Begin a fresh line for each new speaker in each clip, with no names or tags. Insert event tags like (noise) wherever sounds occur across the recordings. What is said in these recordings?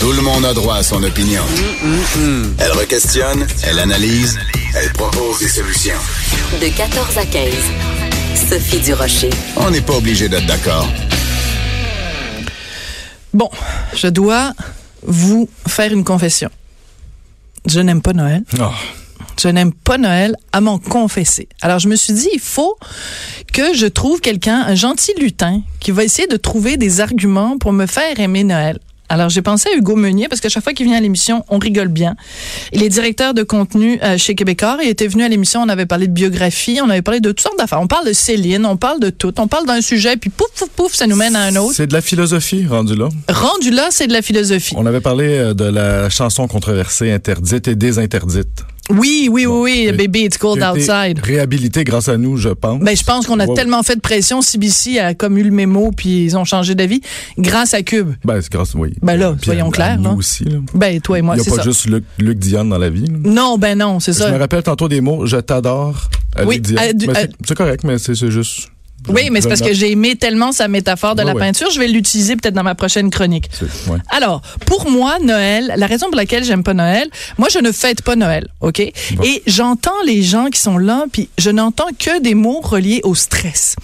Tout le monde a droit à son opinion. Elle requestionne, elle analyse, elle propose des solutions.
De 14 à 15. Sophie Durocher.
On n'est pas obligé d'être d'accord.
Bon, je dois vous faire une confession. Je n'aime pas Noël. Je n'aime pas Noël à m'en confesser. Alors je me suis dit, il faut que je trouve quelqu'un, un gentil lutin, qui va essayer de trouver des arguments pour me faire aimer Noël. Alors j'ai pensé à Hugo Meunier parce que chaque fois qu'il vient à l'émission, on rigole bien. Il est directeur de contenu euh, chez Québécois. Il était venu à l'émission, on avait parlé de biographie, on avait parlé de toutes sortes d'affaires. On parle de Céline, on parle de tout. On parle d'un sujet, puis pouf, pouf, pouf, ça nous mène à un autre.
C'est de la philosophie rendu là.
Rendu là, c'est de la philosophie.
On avait parlé euh, de la chanson controversée interdite et désinterdite.
Oui, oui, oui, oui,
Bon,
baby, it's cold
Qui a été
outside.
Réhabilitée grâce à nous, je pense.
Ben, je pense qu'on a
Wow.
tellement fait de pression, CBC a comme eu le mémo, puis ils ont changé d'avis, grâce à Cube.
Ben, c'est grâce, oui.
Ben là,
Puis
soyons
à- à
clairs,
Nous
là.
aussi, là.
Ben, toi et moi,
Il n'y
c'est
a pas
ça.
juste Luc, Luc Dionne dans la vie. là.
Non, ben non, c'est ça.
Je me rappelle tantôt des mots, je t'adore. à
Oui,
Luc Dionne.
à- du-
Mais
à-
c'est- C'est correct, mais c'est c'est juste.
Oui, mais c'est parce que j'ai aimé tellement sa métaphore de
Ouais,
la
ouais.
peinture, je vais l'utiliser peut-être dans ma prochaine chronique.
C'est- ouais.
Alors, pour moi, Noël, la raison pour laquelle j'aime pas Noël, moi, je ne fête pas Noël, OK? Et j'entends les gens qui sont là, puis je n'entends que des mots reliés au stress.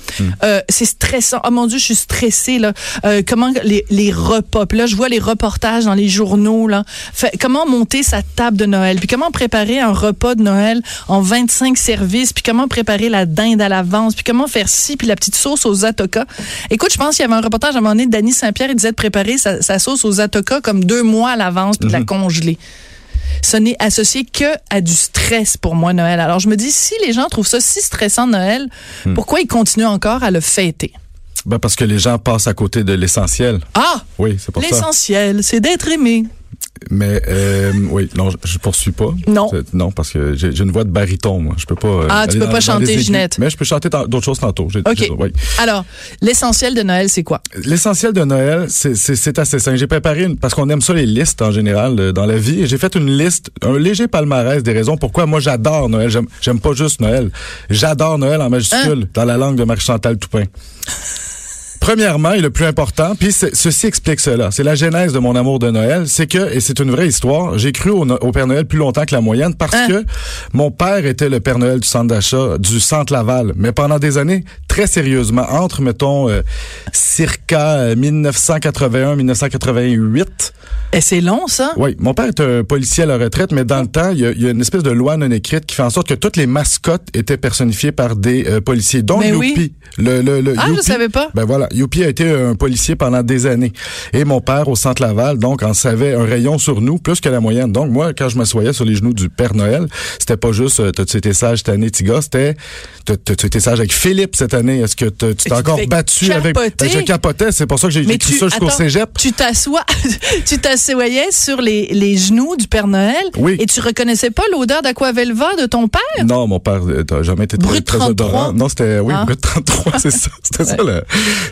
Euh, c'est stressant. Oh mon Dieu, je suis stressée, là. Euh, comment les, les repas, puis là, je vois les reportages dans les journaux, là. Fait- comment monter sa table de Noël, puis comment préparer un repas de Noël en 25 services, puis comment préparer la dinde à l'avance, puis comment faire ci, puis la petite sauce aux atocas. Écoute, je pense qu'il y avait un reportage à un moment donné de Danny Saint-Pierre, il disait de préparer sa, sa sauce aux atocas comme deux mois à l'avance, puis de
Mhm.
la congeler. Ce n'est associé que à du stress pour moi, Noël. Alors, je me dis, si les gens trouvent ça si stressant, Noël,
Hmm.
pourquoi ils continuent encore à le fêter?
Ben, parce que les gens passent à côté de l'essentiel.
Ah!
Oui, c'est pour ça.
L'essentiel, c'est d'être aimé.
Mais euh, oui, non, je, je poursuis pas.
Non.
C'est- Non, parce que j'ai j'ai une voix de baryton, moi. Je peux pas. euh,
Ah, tu
aller
peux
dans-
pas
dans
chanter,
les aigus.
Ginette.
Mais je peux chanter tant- d'autres choses tantôt. J'ai-
OK.
j'ai- oui.
Alors, l'essentiel de Noël, c'est quoi?
L'essentiel de Noël, c'est- c'est c'est assez simple. J'ai préparé une, parce qu'on aime ça les listes en général euh, dans la vie, et j'ai fait une liste, un léger palmarès des raisons pourquoi moi j'adore Noël. J'aime- J'aime pas juste Noël. J'adore Noël en
Hein?
majuscule, dans la langue de Marie-Chantal Toupin. Premièrement, et le plus important, puis c'est- ceci explique cela. C'est la genèse de mon amour de Noël. C'est que, et c'est une vraie histoire, j'ai cru au, No- au Père Noël plus longtemps que la moyenne parce
Hein?
que mon père était le Père Noël du centre d'achat du centre Laval. Mais pendant des années, très sérieusement, entre, mettons, euh, circa euh, 1981-1988,
Et Eh, c'est long, ça?
oui, mon père est un policier à la retraite, mais dans le temps, il y a, il y a une espèce de loi non écrite qui fait en sorte que toutes les mascottes étaient personnifiées par des euh, policiers, dont
Mais oui.
Youpi. Le, le, le
Ah, je
Youpi.
savais pas.
Ben voilà, Youpi a été un policier pendant des années. Et mon père, au Centre Laval, donc, en savait un rayon sur nous, plus que la moyenne. Donc, moi, quand je m'assoyais sur les genoux du Père Noël, c'était pas juste euh, « T'as-tu été sage cette année, petit gars? » C'était « T'as- T'as-tu été sage avec Philippe cette année? Est-ce que t'as- tu
Et tu
t'es encore
devais
battu avec...
capoter.
Ben, Je capotais, c'est pour ça que j'ai
Mais
écrit
tu,
ça jusqu'au
attends,
cégep.
tu t'assois, (laughs) tu t'assoyais sur les, les genoux du Père Noël
Oui.
et tu reconnaissais pas l'odeur d'Aquavelva de ton père?
Non, mon père euh, t'as jamais été très,
Brut
très
33.
odorant. Non, c'était oui,
Ah.
Brut 33,
(laughs)
c'est ça. C'était ça le,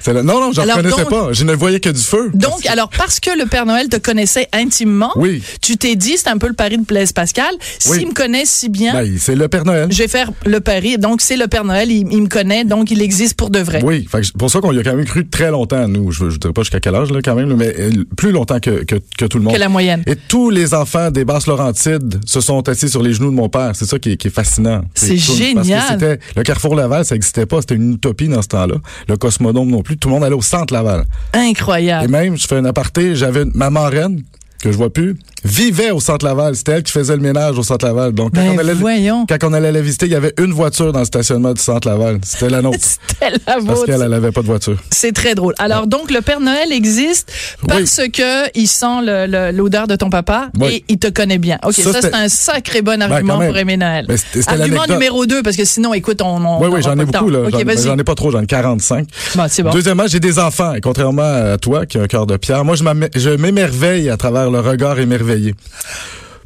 c'est le- Non, non, je
Alors,
reconnaissais
donc-
pas. Je ne voyais que du feu.
Donc, alors, parce que le Père Noël te connaissait intimement,
Oui.
tu t'es dit, c'est un peu le pari de Blaise Pascal, s'il
Oui.
me connaît si bien,
Ben, c'est le Père Noël.
hein? je vais faire le pari. Donc, c'est le Père Noël, il, il me connaît, donc il existe pour de vrai.
Oui, fait que c'est pour ça qu'on y a quand même cru très longtemps, nous. Je ne dirais pas jusqu'à quel âge, là, quand même, là, mais euh, plus longtemps que, que, que tout le monde.
Que la moyenne.
Et tous les enfants des Basses-Laurentides se sont assis sur les genoux de mon père. C'est ça qui est, qui est fascinant.
C'est
tout-
génial.
Parce que c'était le Carrefour Laval, ça n'existait pas. C'était une utopie dans ce temps-là. Le Cosmodome non plus. Tout le monde allait au centre Laval. Et
Incroyable.
même, je fais un aparté, j'avais une- ma marraine, que je vois plus, vivait au Centre Laval. C'était elle qui faisait le ménage au Centre Laval. Donc, quand,
Ben,
on allait,
voyons.
quand on allait la visiter, il y avait une voiture dans le stationnement du Centre Laval. C'était la nôtre.
C'était la
parce
vôtre.
qu'elle n'avait pas de voiture.
C'est très drôle. Alors donc le Père Noël existe parce que il sent le- le- l'odeur de ton papa
Oui.
et il te connaît bien. Ok, ça,
Ça, c'était-
c'est un sacré bon argument
quand même.
pour aimer Noël.
Mais c'était- c'était
Argument
l'anecdote.
numéro 2 parce que sinon, écoute, on, on
Oui,
n'aura
oui, j'en
pas
ai
le
beaucoup.
temps.
Là.
Ok,
J'en- mais
vas-y.
j'en ai pas trop, j'en ai 45.
Bon, c'est bon.
Deuxièmement, j'ai des enfants. Et contrairement à toi, qui a un cœur de pierre, moi, je m'amè- je m'émerveille à travers le regard émerveillé.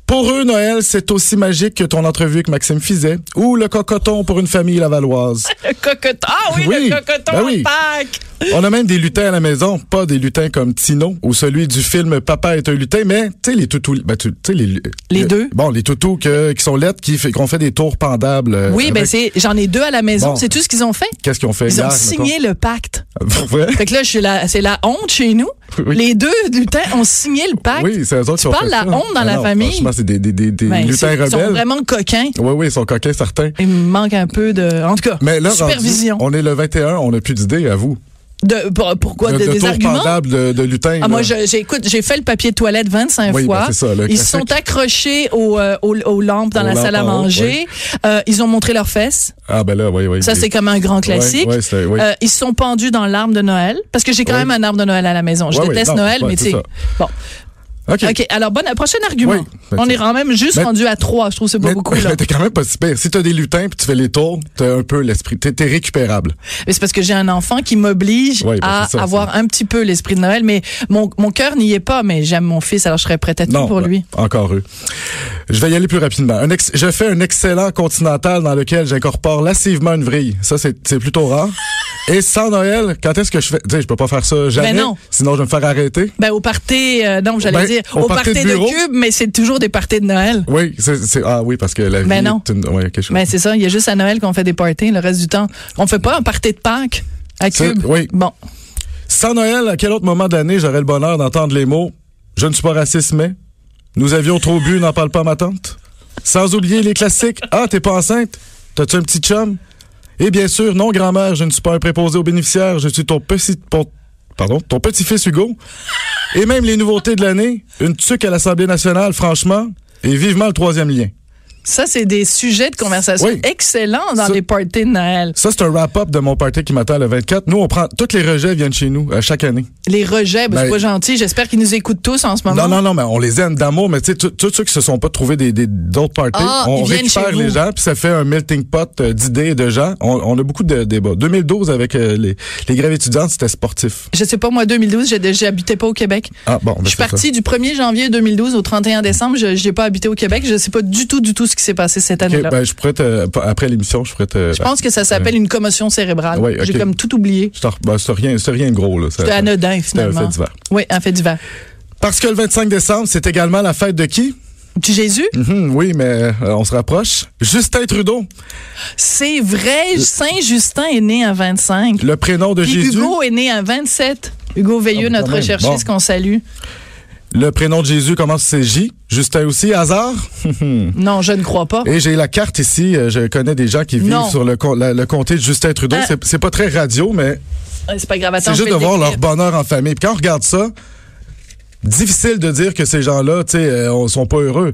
Pour eux, Noël, c'est aussi magique que ton entrevue avec Maxime Fizet ou le cocoton pour une famille lavalloise.
(laughs) Le cocoton. Ah oui, le
Oui.
cocoton
Ben oui.
à Pâques.
On a même des lutins à la maison, pas des lutins comme Tino ou celui du film Papa est un lutin, mais tu sais les toutous, ben, tu tu sais les
Les
le-
deux.
Bon, les toutous que- qui sont lettres, qui fait- qu'on fait des tours pendables. euh,
Oui, ben
avec-
c'est, j'en ai deux à la maison.
Bon.
C'est tout ce qu'ils ont fait.
Qu'est-ce qu'ils ont fait
Ils
hier,
ont signé le pacte.
mettons? Pour (laughs) vrai?
Fait que là, je suis la, c'est la honte chez nous.
Oui.
Les deux lutins ont signé le pacte.
Oui, c'est eux autres
Tu
qui ont
parles
fait
la
ça.
honte dans
Ah
la
non,
famille.
Franchement, c'est des, des, des, des
Ben,
lutins
c'est-
rebelles.
Ils sont vraiment coquins.
Oui, oui, ils sont coquins certains.
Il me manque un peu de, en tout cas,
Mais là, rendu-
supervision.
on est le 21, on n'a plus d'idée, à vous.
De, pour- pourquoi
de,
de-
de
des
tour
arguments?
pendable de, de lutin.
Ah,
là.
moi, je- j'ai, écoute, j'ai fait le papier de toilette 25
Oui, ben,
fois.
c'est ça, le
ils se
classique.
sont accrochés aux, euh, aux, aux lampes dans
Aux
la
lampes
salle à
en haut,
manger. Euh, ils ont montré leurs fesses.
Ah, ben là, oui, oui.
Ça, c'est comme un grand classique.
ouais, c'est- oui.
Euh, ils se sont pendus dans l'arbre de Noël, parce que j'ai quand
Oui.
même un arbre de Noël à la maison. Je
Ouais,
déteste
oui, non,
Noël,
ouais,
mais
c'est
tu sais.
ça.
Bon.
OK.
OK, alors, bon, euh, prochain argument.
Oui, ben,
On
c'est-
est quand même juste
Mais-
rendu à trois. Je trouve que c'est pas
Mais,
beaucoup, là.
(laughs) mais t'es quand même pas si pire. Si t'as des lutins puis tu fais les tours, t'as un peu l'esprit. T'es t'es récupérable.
Mais c'est parce que j'ai un enfant qui m'oblige
Oui, ben,
à
c'est ça,
avoir un petit peu l'esprit de Noël, mais mon, mon cœur n'y est pas, mais j'aime mon fils, alors je serais prête à tout
Non,
pour
ben,
lui.
encore eux. Je vais y aller plus rapidement. Un ex- je fais un excellent continental dans lequel j'incorpore lassivement une vrille. Ça, c'est c'est plutôt rare. Et sans Noël, quand est-ce que je fais... Tu sais, je peux pas faire ça jamais.
Ben non.
Sinon, je vais me faire arrêter.
Ben, au party, euh, non, j'allais
Ben,
dire,
au
au
party
party,
de
de,
bureau.
cube, mais c'est toujours des parties de Noël.
Oui, c'est... c'est- Ah oui, parce que la vie...
Ben non.
est une- ouais, quelque chose.
Ben, c'est ça, il y a juste à Noël qu'on fait des parties, le reste du temps. On fait pas un party de Pâques à
C'est-
cube.
oui.
Bon.
Sans Noël, à quel autre moment d'année j'aurais le bonheur d'entendre les mots « Je ne suis pas raciste, mais... »« Nous avions trop bu, n'en parle pas ma tante. » Sans oublier les classiques « Ah, t'es pas enceinte? T'as-tu un petit chum? » Et bien sûr, non, grand-mère, je ne suis pas un préposé aux bénéficiaires, je suis ton petit... pon- Pardon, ton petit-fils Hugo. Et même les nouveautés de l'année, une tuque à l'Assemblée nationale, franchement, et vivement le troisième lien.
Ça, c'est des sujets de conversation
Oui.
excellents dans
Ça-
les parties de Noël.
Ça, c'est un wrap-up de mon party qui m'attend le 24. Nous, on prend... Tous les rejets viennent chez nous, à chaque année.
Les rejets, ben,
Ben-
c'est pas gentil. J'espère qu'ils nous écoutent tous en ce moment.
Non, non, non, mais on les aime d'amour, mais tu sais, tous- tous ceux qui se sont pas trouvés des, des- d'autres parties,
Ah,
on
ils viennent
récupère
chez
les
vous.
gens, puis ça fait un melting pot euh, d'idées et de gens. On, on a beaucoup de débats. 2012, avec euh, les, les grèves étudiantes, c'était sportif.
Je sais pas, moi, 2012, j'ai- j'habitais pas au Québec.
Ah, bon, ben,
je suis
c'est ça.
partie du 1er janvier 2012 au 31 décembre. Je n'ai pas habité au Québec. Je sais pas du tout, du tout ce qui s'est passé cette
Ok,
année-là.
ben, je pourrais te- p- après l'émission, je pourrais te...
je pense que ça s'appelle une commotion cérébrale.
Ouais,
J'ai
ok.
comme tout oublié.
je t'en- ben, c'est rien, c'est rien de gros, là.
C'était anodin,
un
finalement.
fait divers.
Oui, un fait divers.
Parce que le 25 décembre, c'est également la fête de qui?
Du Jésus,
Mhm, oui, mais euh, on se rapproche. Justin Trudeau,
c'est vrai, Saint-Justin est né en 25.
le prénom de
Puis
Jésus.
Hugo est né en 27. Hugo Veilleux,
Ah, quand
notre
même.
recherchiste
Bon.
qu'on salue.
Le prénom de Jésus commence c'est J. Justin aussi, hasard.
Non, je ne crois pas.
Et j'ai la carte ici. euh, Je connais des gens qui vivent
Non.
sur le, com- la- le comté de Justin Trudeau.
Ah.
C'est- C'est pas très radio, mais
Ouais, Ah, C'est pas grave. Attends,
c'est
je
juste
vais
de
le
voir
décrire.
leur bonheur en famille. Puis quand on regarde ça, difficile de dire que ces gens-là, tu sais, euh, on- sont pas heureux.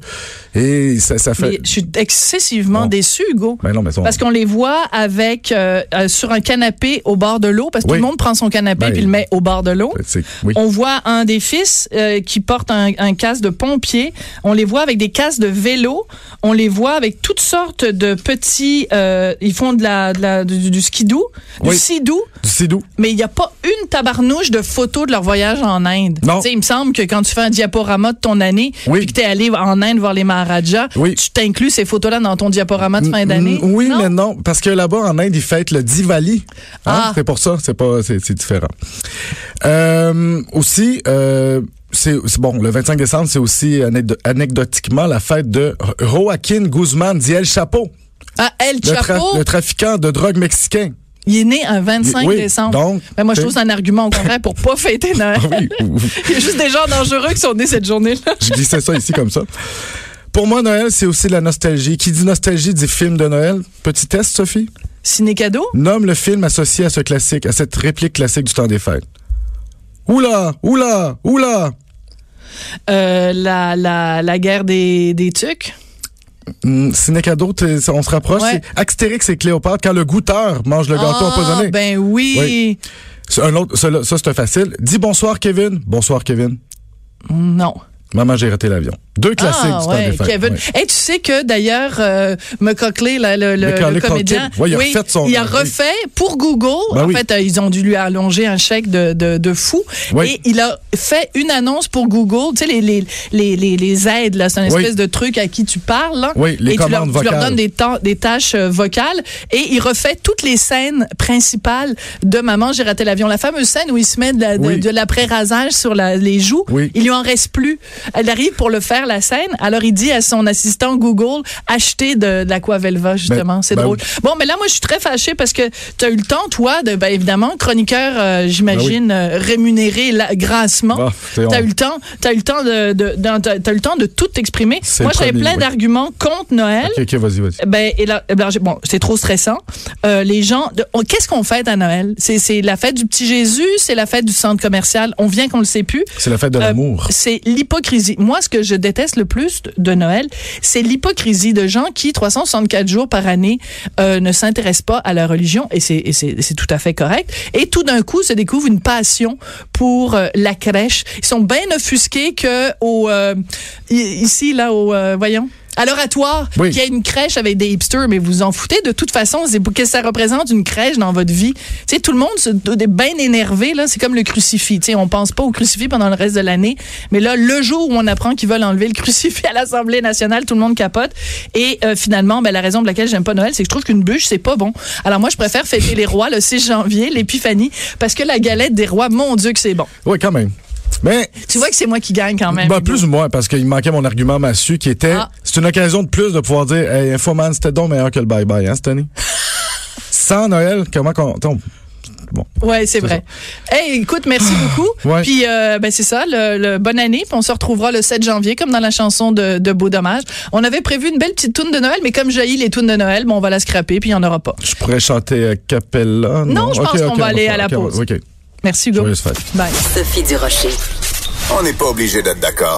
Et ça, ça
Mais
fait.
je suis excessivement
Bon.
déçu, Hugo.
Ben non, mais son-
Parce qu'on les voit avec euh, euh, sur un canapé au bord de l'eau, parce que
Oui.
tout le monde prend son canapé
Ben,
puis le met au bord de l'eau.
c'est- oui.
On voit un des fils euh, qui porte un, un casque de pompier. On les voit avec des casques de vélo. On les voit avec toutes sortes de petits. euh, ils font de la, de la- du, du skidoo, du
Oui.
sidou,
Du Sidou.
mais il n'y a pas une tabarnouche de photos de leur voyage en Inde.
Non.
Tu sais, il me semble que quand tu fais un diaporama de ton année,
Oui.
puis que tu es allé en Inde voir les Maharajas,
Oui.
tu t'inclus ces photos-là dans ton diaporama de fin d'année.
Mm, Oui,
Non?
mais non, parce que là-bas en Inde, ils fêtent le Diwali. Hein?
Ah.
C'est pour ça, c'est pas, c'est c'est différent. Euh, aussi, euh, c'est c'est- bon, le 25 décembre, c'est aussi anecdo- anecdotiquement la fête de Joaquin Guzman Diel Chapeau,
Ah, El
le, tra-
Chapo,
le trafiquant de drogue mexicain.
il est né un 25
Oui,
décembre.
donc,
Ben, moi, je
t'es-
trouve que c'est un argument au contraire pour pas
(laughs)
fêter Noël.
Ah
(laughs)
oui,
Il y a juste des gens dangereux qui sont nés cette journée-là.
je glissais ça ici comme ça. Pour moi, Noël, c'est aussi de la nostalgie. Qui dit nostalgie dit film de Noël. Petit test, Sophie.
Ciné cadeau?
Nomme le film associé à ce classique, à cette réplique classique du temps des fêtes. Oula, oula, oula.
Euh, la, la, la guerre des, des tucs.
Hmm, ciné cadeau, t'es- on se rapproche.
Ouais.
c'est Astérix et Cléopâtre quand le goûteur mange le gâteau
ah,
empoisonné.
ben oui.
Oui. C'est Un autre, ça, là, ça, c'est un facile. Dis bonsoir Kevin. Bonsoir Kevin.
Non.
Maman, j'ai raté l'avion. Deux classiques du
Ah,
temps
ouais,
des fêtes,
Kevin.
ouais.
Hey, tu sais que d'ailleurs, euh, McCockley, là, le, le-
McCockley
le comédien,
Culkin. Ouais, il a refait son- euh,
il a
oui.
refait pour Google.
Ben
en
oui.
fait, euh, ils ont dû lui allonger un chèque de, de, de fou.
Oui.
Et il a fait une annonce pour Google. Tu sais, les, les, les, les, les aides, là, c'est un
Oui.
espèce de truc à qui tu parles. Là,
Oui, les
et tu leur,
commandes
tu leur
vocales.
donnes des, temps- des tâches euh, vocales. Et il refait toutes les scènes principales de Maman, j'ai raté l'avion. La fameuse scène où il se met de la- de-
Oui.
de l'après-rasage sur la- les joues.
Oui.
Il lui en reste plus. Elle arrive pour le faire, la scène. Alors, il dit à son assistant Google, achetez de, de l'Aquavelva, justement.
Ben,
c'est
ben
drôle.
oui.
Bon, mais là, moi, je suis très fâchée parce que tu as eu le temps, toi, de, ben, évidemment, chroniqueur, euh, j'imagine,
Ben
euh, rémunéré là, grassement.
Ah, c'est
T'as
on-
eu le temps, t'as eu le temps de, de- de- t'as- t'as eu le temps de tout exprimer.
C'est
Moi,
le
j'avais
premier,
plein
oui.
d'arguments contre Noël.
OK, OK, vas-y, vas-y.
Ben, et là, eh ben, j'ai- bon, c'est trop stressant. Euh, les gens, de- on- qu'est-ce qu'on fête à Noël? C'est, c'est la fête du petit Jésus, c'est la fête du centre commercial. On vient qu'on le sait plus.
C'est la fête de
Euh,
l'amour.
C'est l'hypocrisie. Moi, ce que je déteste le plus de- de Noël, c'est l'hypocrisie de gens qui, 364 jours par année, euh, ne s'intéressent pas à leur religion, et c'est- et c'est c'est tout à fait correct. Et tout d'un coup, se découvre une passion pour euh, la crèche. Ils sont bien offusqués que au euh, i- ici là au euh, voyons. À l'oratoire,
Oui.
qu'il y a une crèche avec des hipsters, mais vous vous en foutez. De toute façon, c'est pour- qu'est-ce que ça représente une crèche dans votre vie? Tu sais, tout le monde se- est bien énervé, là. C'est comme le crucifix. Tu sais, on pense pas au crucifix pendant le reste de l'année. Mais là, le jour où on apprend qu'ils veulent enlever le crucifix (laughs) à l'Assemblée nationale, tout le monde capote. Et euh, finalement, ben, la raison pour laquelle j'aime pas Noël, c'est que je trouve qu'une bûche, c'est pas bon. Alors moi, je préfère fêter les rois le 6 janvier, l'épiphanie, parce que la galette des rois, mon Dieu que c'est bon.
Oui, quand même. Mais
Tu vois que c'est moi qui gagne quand même.
bah,
Hugo.
plus ou moins, parce qu'il manquait mon argument massu qui était
Ah.
c'est une occasion de plus de pouvoir dire Hey, Infoman, c'était donc meilleur que le bye-bye, hein, cette année.
(laughs)
Sans Noël, comment qu'on. t'sais, on- Bon.
Ouais, c'est vrai. Hey, écoute,
(gasps)
merci beaucoup.
Ouais.
Puis euh, ben c'est ça, le, le- bonne année. Puis on se retrouvera le 7 janvier, comme dans la chanson de, de Beau Dommage. On avait prévu une belle petite toune de Noël, mais comme jaillit les tounes de Noël, ben on va la scraper, puis il n'y en aura pas.
Je pourrais chanter euh, Capella. Non,
je pense
Ok,
qu'on
ok,
va
on
aller
faire-
à la
ok,
pause.
OK.
Merci Hugo.
Joyeuse fête.
Bye.
Sophie Durocher.
On n'est pas obligé d'être d'accord.